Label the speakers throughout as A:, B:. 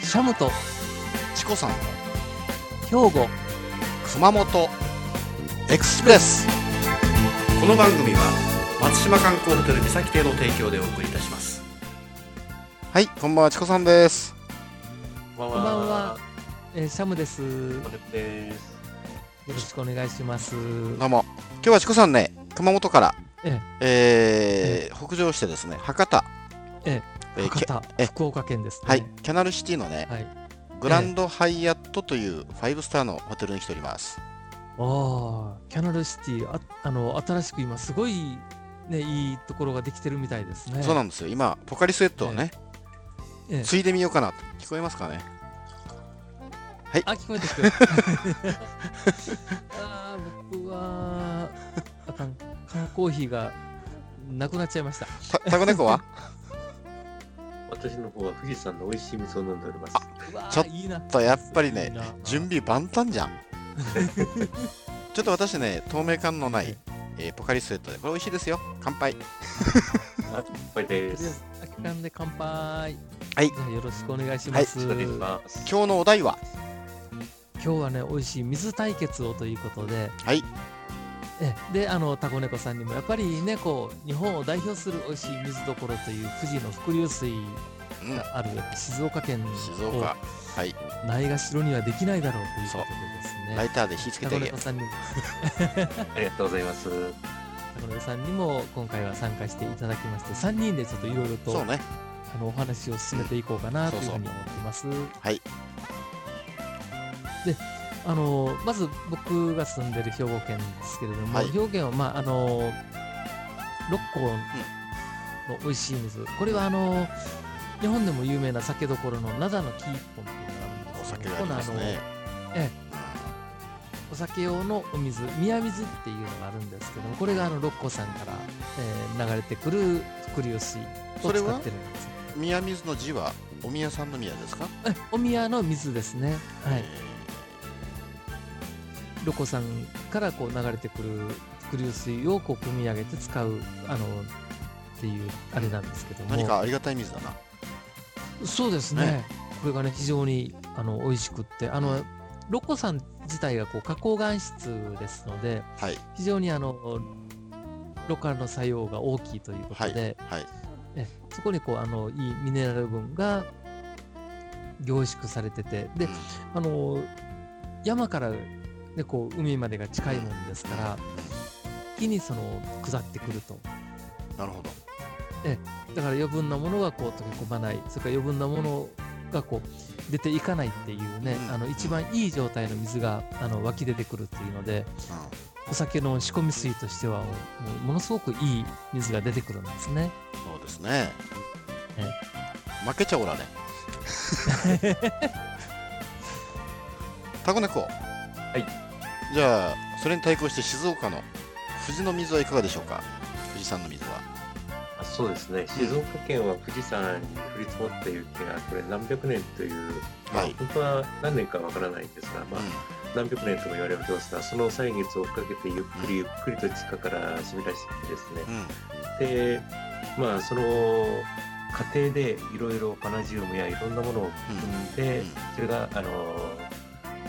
A: 久本
B: チコさんの
A: 兵庫
B: 熊本エクスプレスこの番組は松島観光ホテル三崎邸の提供でお送りいたしますはいこんばんはチコさんです
C: こん
A: こんばんは、えーサムですよ
C: おてつです。
A: ろしくお願いします
B: どうも今日はチコさんね熊本から
A: え
B: えー北上してですね博多
A: え
B: えー
A: 博多
B: え
A: 福岡県ですね
B: はい、キャナルシティのね、
A: はい
B: グランドハイアットというファイブスターのホテルに来ております。
A: ああキャナルシティああの新しく今すごいねいいところができてるみたいですね
B: そうなんですよ、今、ポカリスエットをね、
A: ええ
B: ついでみようかなと。聞こえますかね
A: あ聞こえてきてる あー僕はあかん缶コーヒーがなくなっちゃいました
B: たタコ猫は
C: 私の方は富士山の美味しい水を飲んでおります。
A: うわー
B: ちょっ
A: いいな
B: とやっぱりね
A: いいな
B: 準備万 端じゃん。ちょっと私ね、透明感のない、えーポカリスエットで、これ美味しいですよ。乾杯。
C: あ、これ
A: と
C: で
A: りあえ
C: す。
A: ず空き缶で乾杯
B: はい
A: じゃあよろしくお願いします、
C: 失礼し
A: 今
C: ます。
B: 今日のお題は、
A: 日はね美味しい水対決をということで
B: はい、
A: えであのタコ猫さんにもやっぱりねこう日本を代表する美味しい水どころという富士の伏流水
B: うん、
A: がある静岡県
B: 静岡、はい、
A: をないがしろにはできないだろうということでですね
B: ライターで火つけ
A: タコ
B: てあげよ
A: 猫さんにも
C: ありがとうございま
A: タ
C: す。。
A: コ猫さんにも今回は参加していただきまして3人でちょっといろいろ
B: う。
A: と、
B: そうね、
A: あのお話を進めていこうかなというふうに思っています。
B: はい
A: であのまず僕が住んでる兵庫県ですけれども、
B: はい
A: 兵庫県は、まあ、あの六甲の美味しい水、これはあの日本でも有名な酒どころの灘の木一本っていうのがあるん
B: お
A: です
B: 酒
A: けど
B: がありますね。
A: えお酒用のお水宮水っていうのがあるんですけどもこれがあの六甲山から、えー流れてくる伏流水を
B: それ
A: 使
B: は
A: ってるんです
B: 宮水の字は、お宮さんの宮ですか
A: えお宮の水ですねはい
B: えー
A: ロコさんからこう流れてくる伏流水をこう汲み上げて使うあのっていうあれなんですけども
B: 何かありがたい水だな。
A: そうですね
B: ね
A: これがね非常にあの美味しくってあのロコさん自体がこう花崗岩質ですので
B: はい、
A: 非常にあのロカルの作用が大きいということで、
B: はい、
A: えそこにこうあのいいミネラル分が凝縮されててで
B: うん
A: あの山から、ね、こう海までが近いもんですから一気にその下ってくると
B: なるほど。
A: だから余分なものがこう溶け込まないそれから余分なものがこう出ていかないっていうね、
B: うん
A: あの一番いい状態の水があの湧き出てくるっていうので
B: う
A: お
B: ん
A: 酒の仕込み水としてはもうものすごくいい水が出てくるんですね。
B: そうですね
A: え。
B: 負けちゃおらね。タコネコ。はいじゃあ、それに対抗して静岡の富士の水はいかがでしょうか富士山の水は。
C: あそうですね。静岡県は富士山に降り積もった雪がこれ何百年という、まあ
B: はい
C: 本当は何年かわからないんですが、ま
B: う
C: あ、何百年とも言われる上手なその歳月を追っかけてゆっくりゆっくりと地下から染み出してきてですね。
B: ん。うん。
C: でまあその過程でいろいろパナジウムやいろんなものを含んで、
B: うんうん
C: それがあの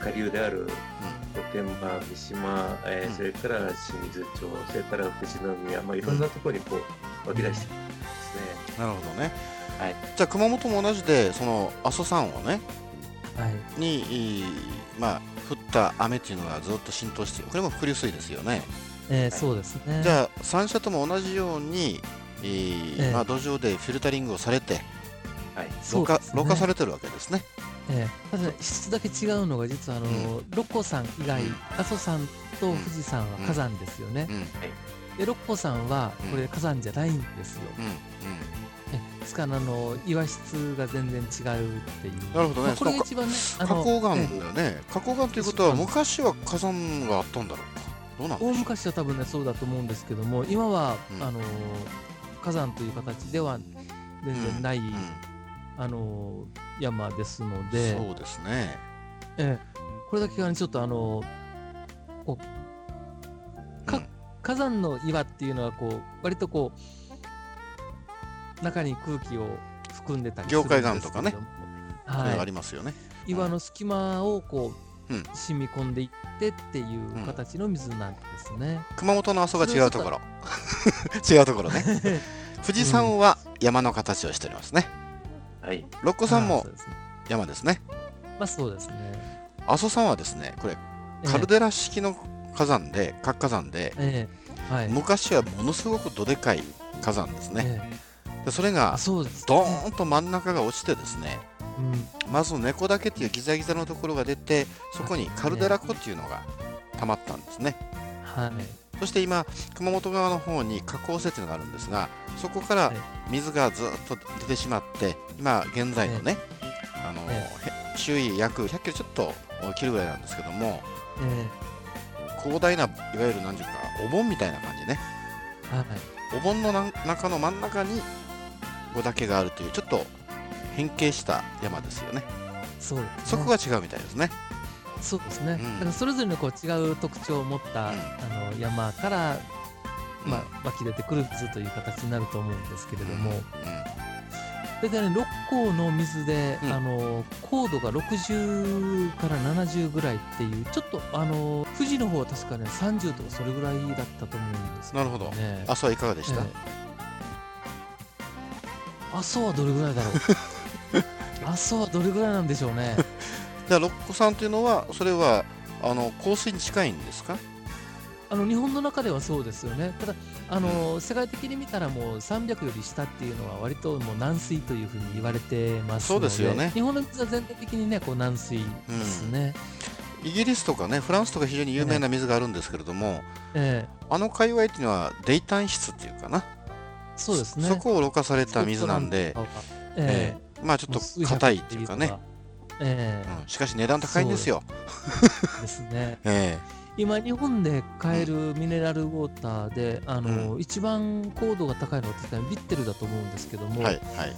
C: 下流である御殿場三島、えー
B: うん
C: それから清水町それから富士宮、まあ、いろんなところにこう湧き出してくるんですね。
B: なるほどね。
C: はい。
B: じゃあ、熊本も同じで、その阿蘇山をね、
A: はい、
B: に、いいまあ、降った雨っていうのがずっと浸透して、これも伏流水ですよね。
A: えーそうですね。
B: じゃあ、3社とも同じように、えー
A: ええ
B: まあ、土壌でフィルタリングをされて、
C: はい
A: そ
B: ろ
A: う
B: 過
A: ですね
B: ろ過されてるわけですね。
A: ええただ質だけ違うのが実はあの、六甲山以外
B: うん
A: 阿蘇山と富士山は火山ですよね、
B: うん、うん、
A: で六甲山は
B: うん
A: これ火山じゃないんですよ、
B: うん。
A: ええですからあの岩質が全然違うっていう
B: なるほどね
A: まあこれが
B: そうか
A: 一番ねあ
B: 花
A: の
B: 崗岩だ
A: え
B: よ
A: え
B: ね。花崗岩ということは、昔は火山があったんだろうか。どうな
A: 大
B: んでしょう。
A: 昔は多分ねそうだと思うんですけども今は、
B: うん
A: あの火山という形では全然ない、
B: うん
A: あの山ですので
B: そうですね。
A: ええこれだけがねちょっとあのこうか
B: うん
A: 火山の岩っていうのはこう割とこう中に空気を含んでたりする
B: 凝
A: ん
B: 灰
A: ですけれど
B: 岩とかね
A: も
B: そういうのあ
A: は
B: りますよね。
A: い、岩の隙間をこう、
B: うん
A: 染み込んでいってっていう形の水なんですね。
B: 熊本の阿蘇が違うところ 違うところね 富士山は山の形をしておりますね
C: はい。
B: 六甲山
A: あー
B: も
A: そうですね
B: 山ですね
A: まあそうですね。
B: 阿蘇山はですねこれ
A: ええ
B: カルデラ式の火山で活火山で
A: ええはい。
B: 昔はものすごくどでかい火山ですね
A: ええ
B: でそれ
A: あ
B: が
A: そうです、
B: ドーンと真ん中が落ちてですね
A: うん。
B: まず猫だけっていうギザギザのところが出てそこにカルデラ湖っていうのが溜まったんですね
A: はい。
B: そして今熊本側の方に河口施設があるんですがそこから
A: はい
B: 水がずっと出てしまって今現在のね、あの
A: え
B: へ周囲約100キロちょっと切るぐらいなんですけども
A: え
B: 広大ないわゆる何ていうかお盆みたいな感じね
A: えはい。
B: お盆のなん中の真ん中にここだけがあるというちょっと変形した山ですよね
A: そうですね、
B: そこが違うみたいですね、
A: そうですね、
B: うん
A: だからそれぞれのこう違う特徴を持った、
B: うん
A: あの山から、
B: うん
A: まあ、湧き出てくる水という形になると思うんですけれども、
B: うん
A: 大体ね六甲の水で、
B: うん
A: あの高度が60から70ぐらいっていうちょっとあの富士の方は確かね30とかそれぐらいだったと思うんです
B: なるほど
A: どね。
B: 阿蘇はいかがでした、
A: ええ阿蘇はどれぐらいだ ろう阿蘇はどれぐらいなんでしょうね。
B: じゃあ六甲山というのはそれはあの香水に近いんですか
A: あの日本の中ではそうですよね、ただ、あの世界的に見たらもう300より下っていうのは、割ともう軟水というふうに言われてますので、
B: そうですよね
A: 日本の水は全体的にね、こう軟水ですね。
B: イギリスとかねフランスとか非常に有名な水があるんですけれども、
A: ええ
B: あの界隈っていうのは泥炭質っていうかな
A: そうですね
B: そこをろ過された水なんで
A: ス、コットランドとかはええ
B: ええまあちょっ
A: もう数
B: と
A: 百
B: 硬いっていうかね、
A: ええ
B: うん、しかし値段高いんですよ
A: ですね
B: え
A: 今、日本で買えるミネラルウォーターで、あの一番高度が高いのは確かにビッテルだと思うんですけど
B: え
A: も、
B: はいはい、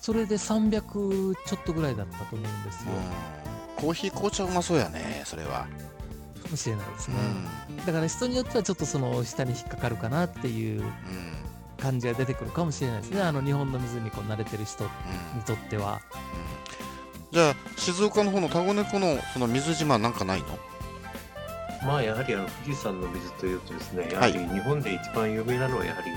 A: それで300ちょっとぐらいだったと思うんですよ、
B: うん、コーヒー紅茶うまそうやねそれは、
A: かもしれないです
B: う
A: ね。
B: ん
A: だから人によってはちょっとその下に引っかかるかなっていう
B: うん
A: 感じが出てくるかもしれないですね。あの日本の水にこう慣れてる人に
B: うん
A: とっては。
B: じゃあ静岡の方の田子猫のその水自慢なんかないの
C: まあやはりあの富士山の水というとですね、やはり
B: は
C: 日本で一番有名なのはやはり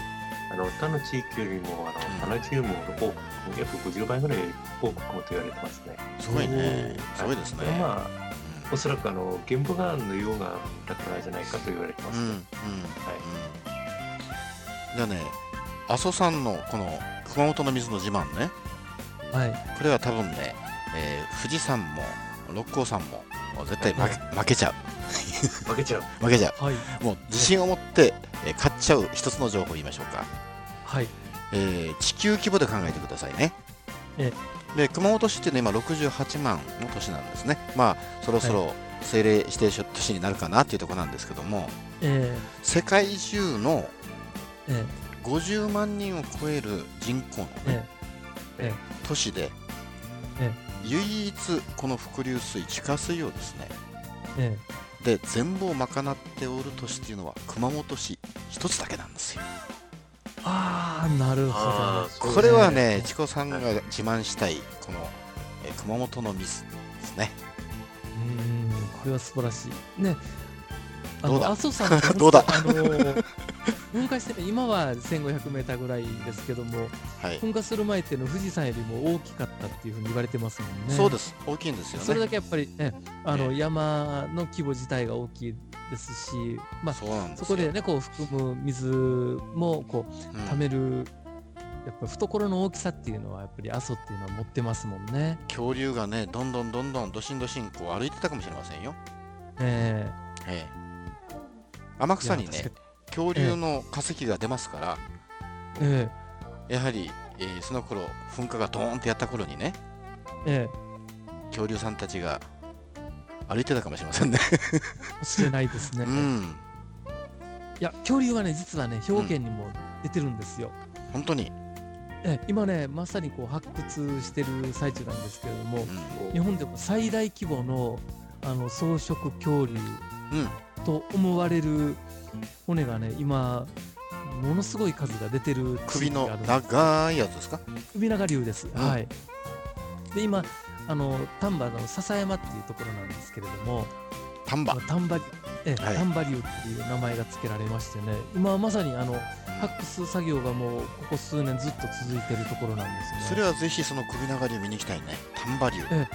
C: あの他の地域よりもあのパナジウムの多くも約50倍ぐらい多くもと言われてますね。
B: すごいね
C: うん
B: すごいですね
C: はいこれまあおそらくあの玄武岩の溶岩だからじゃないかと言われてま
B: う
C: す。
B: んうんうんじゃあね阿蘇山のこの熊本の水の自慢ね、
A: はい。
B: これは多分ね、えー富士山も六甲山ももう絶対負け負けちゃ
C: 負けちゃう。
B: う負けちゃ
A: はい。
B: うもう自信を持って、えー買っちゃう一つの情報を言いましょうか、
A: はい。
B: えー地球規模で考えてくださいね
A: え
B: で熊本市ってね今68万の都市なんですねまあそろそろ政令指定都市になるかなっていうところなんですけども
A: え
B: 世界中の
A: ー、えー、
B: 50万人を超える人口のね、
A: ええ
B: 都市で、
A: え
B: 唯一この伏流水地下水をですね
A: ー、え
B: で全部を賄っておる都市っていうのは熊本市一つだけなんですよ
A: ー。ああ、なるほ
C: ー
B: これは。
C: そうです
B: ねチコさんが自慢したいこの、えー熊本の水ですね
A: ど。うーん、これは素晴らしい。ね。あ
B: どうだ
A: の、阿蘇山
B: どうだ
A: あのー、噴火してね、今は1500メーターぐらいですけども、
B: はい、
A: 噴火する前っていうのは富士山よりも大きかったっていうふうに言われてますもんね。
B: そうです大きいんです
A: そ
B: よ
A: れ
B: ね
A: だけやっぱり、ね、あの
B: え
A: 山の規模自体が大きいですし、まあ、
B: そうなんです
A: そ
B: よ
A: こで、ね、こう含む水もこう
B: うん
A: 溜める、やっぱ懐の大きさっていうのはやっぱり阿蘇っていうのは持ってますもんね。
B: 恐竜がねどんどんどんどんどしんどしんこう歩いてたかもしれませんよ、
A: え
B: ええ天
A: え
B: 草にね
A: いや確か
B: 恐竜の化石が出ますから、
A: にえ
B: やはり、えーその頃噴火がドーンってやった頃にね
A: えええ
B: 恐竜さんたちが歩いてたかもしれませんね。
A: かもしれないですね。
B: う
A: い
B: ん、
A: や恐竜はね実はね兵庫県にも出てるんですよ。
B: 本当に、
A: ええ今ねまさにこう発掘してる最中なんですけれども
B: う、ん
C: ね
A: 日本でも最大規模のあの草食恐竜
B: うん
A: と思われる骨がね今ものすごい数が出てる地
B: 首
A: 域が
B: の
A: あるんです
B: 長いやつですか。
A: 首長竜です、
B: うん
A: はいで今あの丹波の篠山っていうところなんですけれども
B: 丹波
A: まあ丹波ええ
B: はい
A: 丹波流っていう名前が付けられましてね今まさにあの発掘作業がもうここ数年ずっと続いてるところなんですね
B: それはぜひその首長流見に行きたいね丹波流
A: え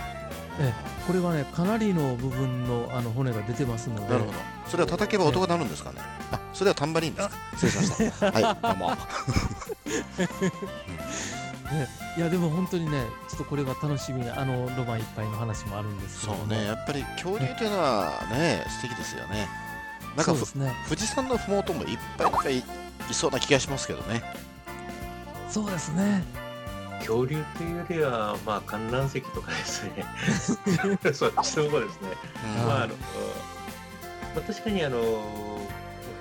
A: えこれはねかなりの部分のあの骨が出てますので
B: なるほどそれは叩けば音が鳴るんですかねあそれはタンバリンですか失礼しましたはいどうも
A: いやでも本当にねちょっとこれは楽しみなあのロマンいっぱいの話もあるんですけ
B: そ
A: れども
B: うねやっぱり恐竜というのはね素敵ですよねなんか
A: そう
B: ふ
A: ですね
B: 富士山のふもともいっぱいなんかいいそうな気がしますけどね
A: そうですね
C: 恐竜というよりは、まあ、観覧席とかですね。 そっちの方ですね。
B: うん
C: まあ、あの、うんまあ、確かにあの、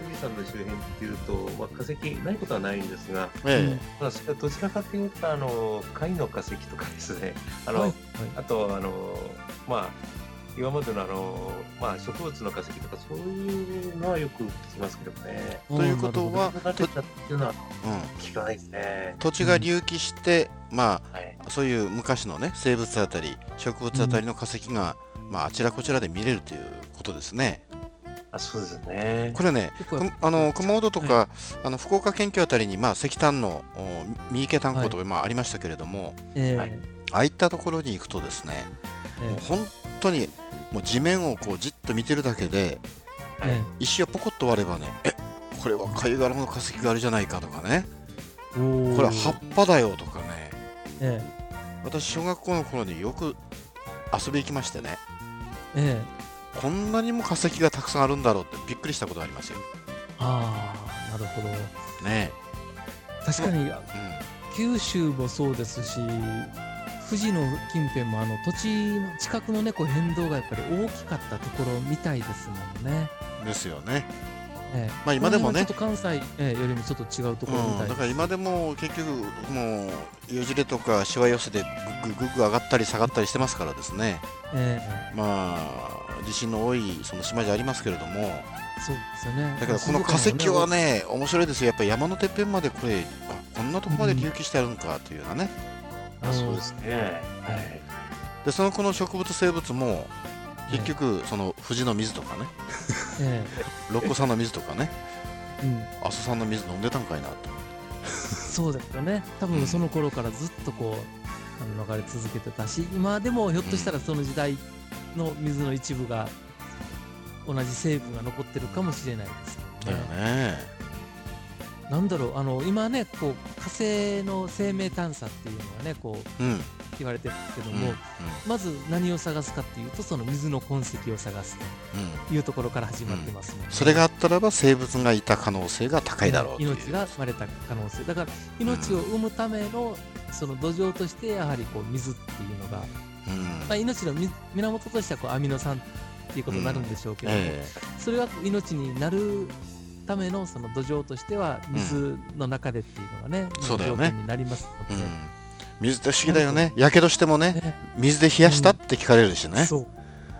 C: 富士山の周辺っていうと、まあ、化石ないことはないんですが、
B: え
C: まあ、それはどちらかというと、あの、貝の化石とかですね。あの、
A: はいはい
C: あと、あの、まあ、今までのあの、まあ、植物の化石とか、そういうのはよく聞きますけどもね。
B: えということ
A: なる
B: は
C: なぜかっていうのは
B: とうん
C: 聞かないですね。
B: 土地が隆起してま
C: はい。
B: あそういう昔のね生物だったり植物だったりの化石がまああちらこちらで見れるということですね
C: あ、そうですね。
B: これね
A: ほど
B: く
A: 結構
B: んあの熊本とか、あの福岡県境あたりに、まあ、石炭のお三池炭鉱とか、まあ、ありましたけれども
A: ええ
C: はい
B: ああいったところに行くとですね、もう
A: え
B: 本当にもう地面をこうじっと見てるだけで
A: ええ
B: 石をポコッと割ればねえこれは貝殻の化石があるじゃないかとかね
A: えおー
B: これは葉っぱだよとかね
A: え
B: 私小学校の頃によく遊び行きましてね
A: えええ
B: こんなにも化石がたくさんあるんだろうってびっくりしたことありますよ。
A: ああなるほど
B: ね
A: 確かに
B: え
A: 九州もそうですし富士の近辺もあの土地の近くの猫変動がやっぱり大きかったところみたいですもんね。
B: うん、ですよね。
A: ええ
B: まあ今でもね
A: この辺はちょっと関西、ええよりもちょっと違うところみた
B: うん、
A: い
B: だ
A: です
B: から今でも結局もうよじれとかしわ寄せでグッグッグッグ上がったり下がったりしてますからですね
A: え
B: まあ地震の多いその島じゃありますけれども
A: えそうですよね。
B: だからこの化石はね面白いですよやっぱり山のてっぺんまでこれあこんなとこまで隆起してあるのかというようなね
A: あの、
C: あそうですね。はい。
B: でそのこの植物生物も結局その富士の水とかね
A: え
B: 六甲山の水とかね
A: えうん、
B: 阿蘇山の水飲んでたんかいなと
A: そうですよね。多分その頃からずっとこうあの流れ続けてたし今でもひょっとしたらその時代の水の一部が同じ成分が残ってるかもしれないですけ
B: だ
A: ど
B: よ
A: ね。
B: ね
A: なんだろうあの今ねこう火星の生命探査っていうのがねこう
B: うん
A: 言われてるんですけど
B: うんうん
A: も、まず何を探すかっていうとその水の痕跡を探す
B: うん
A: というところから始まってますので、
B: それがあったらば生物がいた可能性が高いだろうという
A: 命が生まれた可能性だから命を生むためのその土壌としてやはりこう水っていうのが、
B: うん
A: まあ、命のみ源としてはこうアミノ酸っていうことになるんでしょうけども、
B: え
A: それが命になるためのその土壌としては水の中でっていうのがね、
B: そうだよね
A: 条件になります
B: え
A: ので、
B: うん、水って不思議だよねやけどしてもね水で冷やしたって聞かれるしね、
A: そう。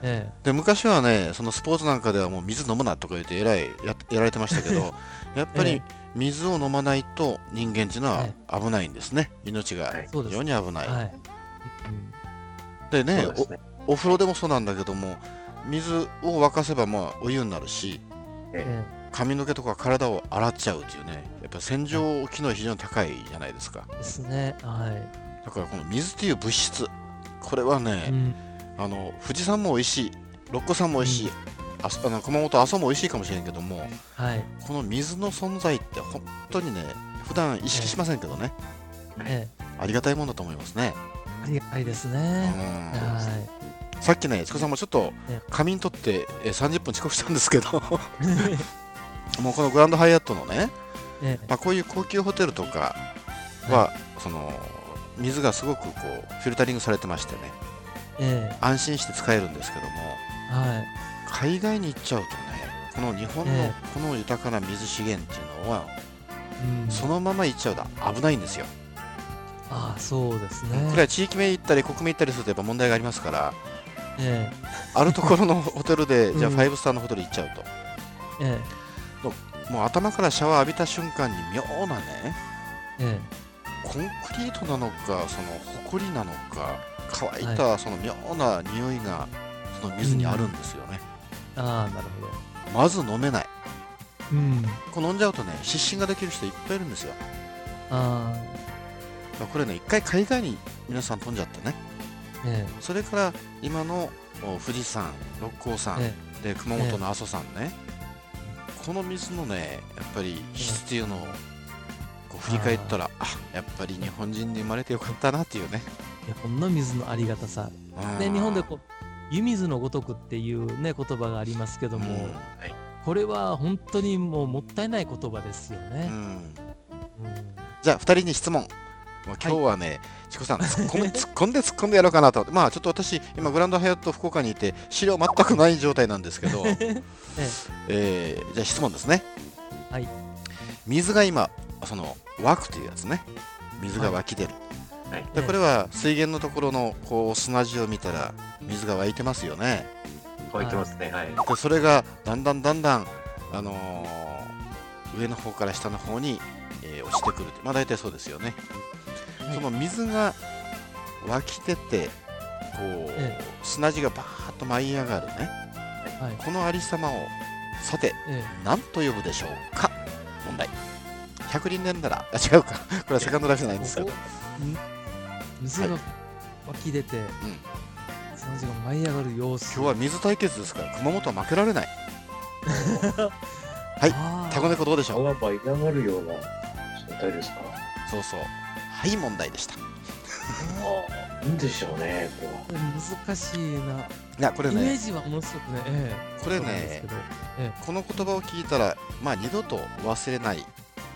A: え
B: で昔はねそのスポーツなんかではもう水飲むなとか言ってえらいややられてましたけどやっぱ
A: え
B: り
A: え
B: 水を飲まないと人間っていうのは
A: え
B: 危ないんですね命が
C: はい
B: 非常に危な
A: え
B: い、
A: はい。うん
B: でね
C: そうですね。
B: おお風呂でもそうなんだけども水を沸かせばまあお湯になるし
A: え
B: 髪の毛とか体を洗っちゃうっていうねやっぱ洗浄機能非常に高いじゃないですか
A: えですね。はい。
B: だからこの水っていう物質これはね、
A: うん
B: あの富士山も美味しい六甲山も美味しい、あそあの熊本阿蘇も美味しいかもしれんけども
A: はい。
B: この水の存在って本当にね普段意識しませんけどね、
A: ええ
B: ありがたいものだと思いますね、
A: ありがたいです
B: う
A: ね。
B: ん
A: は
B: さっきねちこさんもちょっと
A: え
B: 仮眠取ってえ30分遅刻したんですけど
A: い。
B: もうこのグランドハイアットのね、
A: え
B: まあ、こういう高級ホテルとかは、その水がすごくこうフィルタリングされてましてね
A: ええ
B: 安心して使えるんですけども
A: えはい。
B: 海外に行っちゃうとねこの日本の
A: え
B: この豊かな水資源っていうのは
A: うん、
B: そのまま行っちゃうと危ないんですよ、
A: ああ、そうですね。
B: これは地域名行ったり国名行ったりするとやっぱ問題がありますから
A: え
B: あるところのホテルでじ ゃあ
A: うん
B: ファイブスターのホテル行っちゃうと
A: ええ
B: もう頭からシャワー浴びた瞬間に妙なね
A: えええ
B: コンクリートなのかその埃なのか乾いたその妙な匂いがその水にあるんですよね、
A: ああなるほど
B: まず飲めない
A: うん
B: これ飲んじゃうとね湿疹ができる人いっぱいいるんですよ
A: あ
B: だからこれね一回海外に皆さん飛んじゃってね
A: あえ
B: それから今のお富士山六甲山、
A: え
B: で熊本の阿蘇山ね、この水のねやっぱり質っていうのをこう振り返ったらあやっぱり日本人で生まれてよかったなっていうね
A: えいやこんな水のありがたさね、
B: うん
A: 日本でこう湯水のごとくっていうね言葉がありますけども、
B: うん
A: これは本当にもうもったいない言葉ですよ
B: う
A: ね。
B: ん
A: うん
B: じゃあ2人に質問もう今日はね、チコさん、突っ込み 突っ込んで突っ込んでやろうかなと思って、まあちょっと私、今、グランドハイアット福岡にいて、資料全くない状態なんですけ ど、えーじゃあ質問ですね。
A: はい
B: 水が今、その湧くというやつね、水が湧き出る。
C: はい
B: でこれは水源のところのこう砂地を見たら、水が湧いてますよね。
C: 乾いてますね。はい。
B: でそれがだんだんだんだん、あのー上の方から下の方に、えー落ちてくるってまあ大体そうですよね、
A: はい
B: その水が湧き出てこう、
A: え
B: 砂地がバーッと舞い上がるね
A: はい
B: このありさまをさて
A: え
B: 何と呼ぶでしょうか問題百輪年ならあ違うかこれはセカンドライフじゃないんですけど
A: え水が湧き出て、その字が舞い上がる様子
B: 今日は水対決ですから熊本は負けられないはい
A: は
B: タコ猫どうでしょう
C: が舞い上がるような状態ですか。
B: そうそうはい問題でしたい
C: なんでしょうね。これは。
A: 難しいな、
B: やこれ
A: イメ
B: ね
A: ージはものすごくね、ええ
B: これ
A: そうなんです
B: ね
A: けど
B: この言葉を聞いたら、まあ、二度と忘れない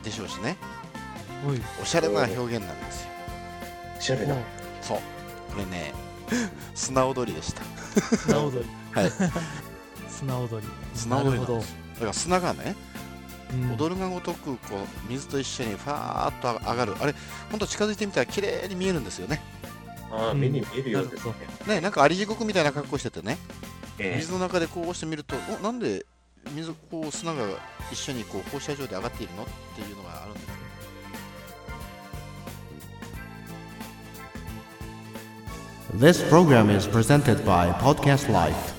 B: でしょうしね
A: お い
B: おしゃれな表現なんですよ
C: おしゃれな。
B: そうこれね砂踊りでした
A: お砂踊り
B: はい
A: 砂踊り
B: 砂踊りな
A: な
B: ん
A: るほど
B: ですだから砂がね、
A: うん
B: 踊るがごとくこう水と一緒にファーッと上がるあれほんと近づいてみたら綺麗に見えるんですよね
C: ああ、目に見えるようですね。
B: ねなんかアリ地獄みたいな格好しててね
C: え
B: 水の中でこうしてみるとおなんで水こう砂が一緒にこう放射状で上がっているのっていうのがあるんですよ
D: This program is presented by Podcast Life.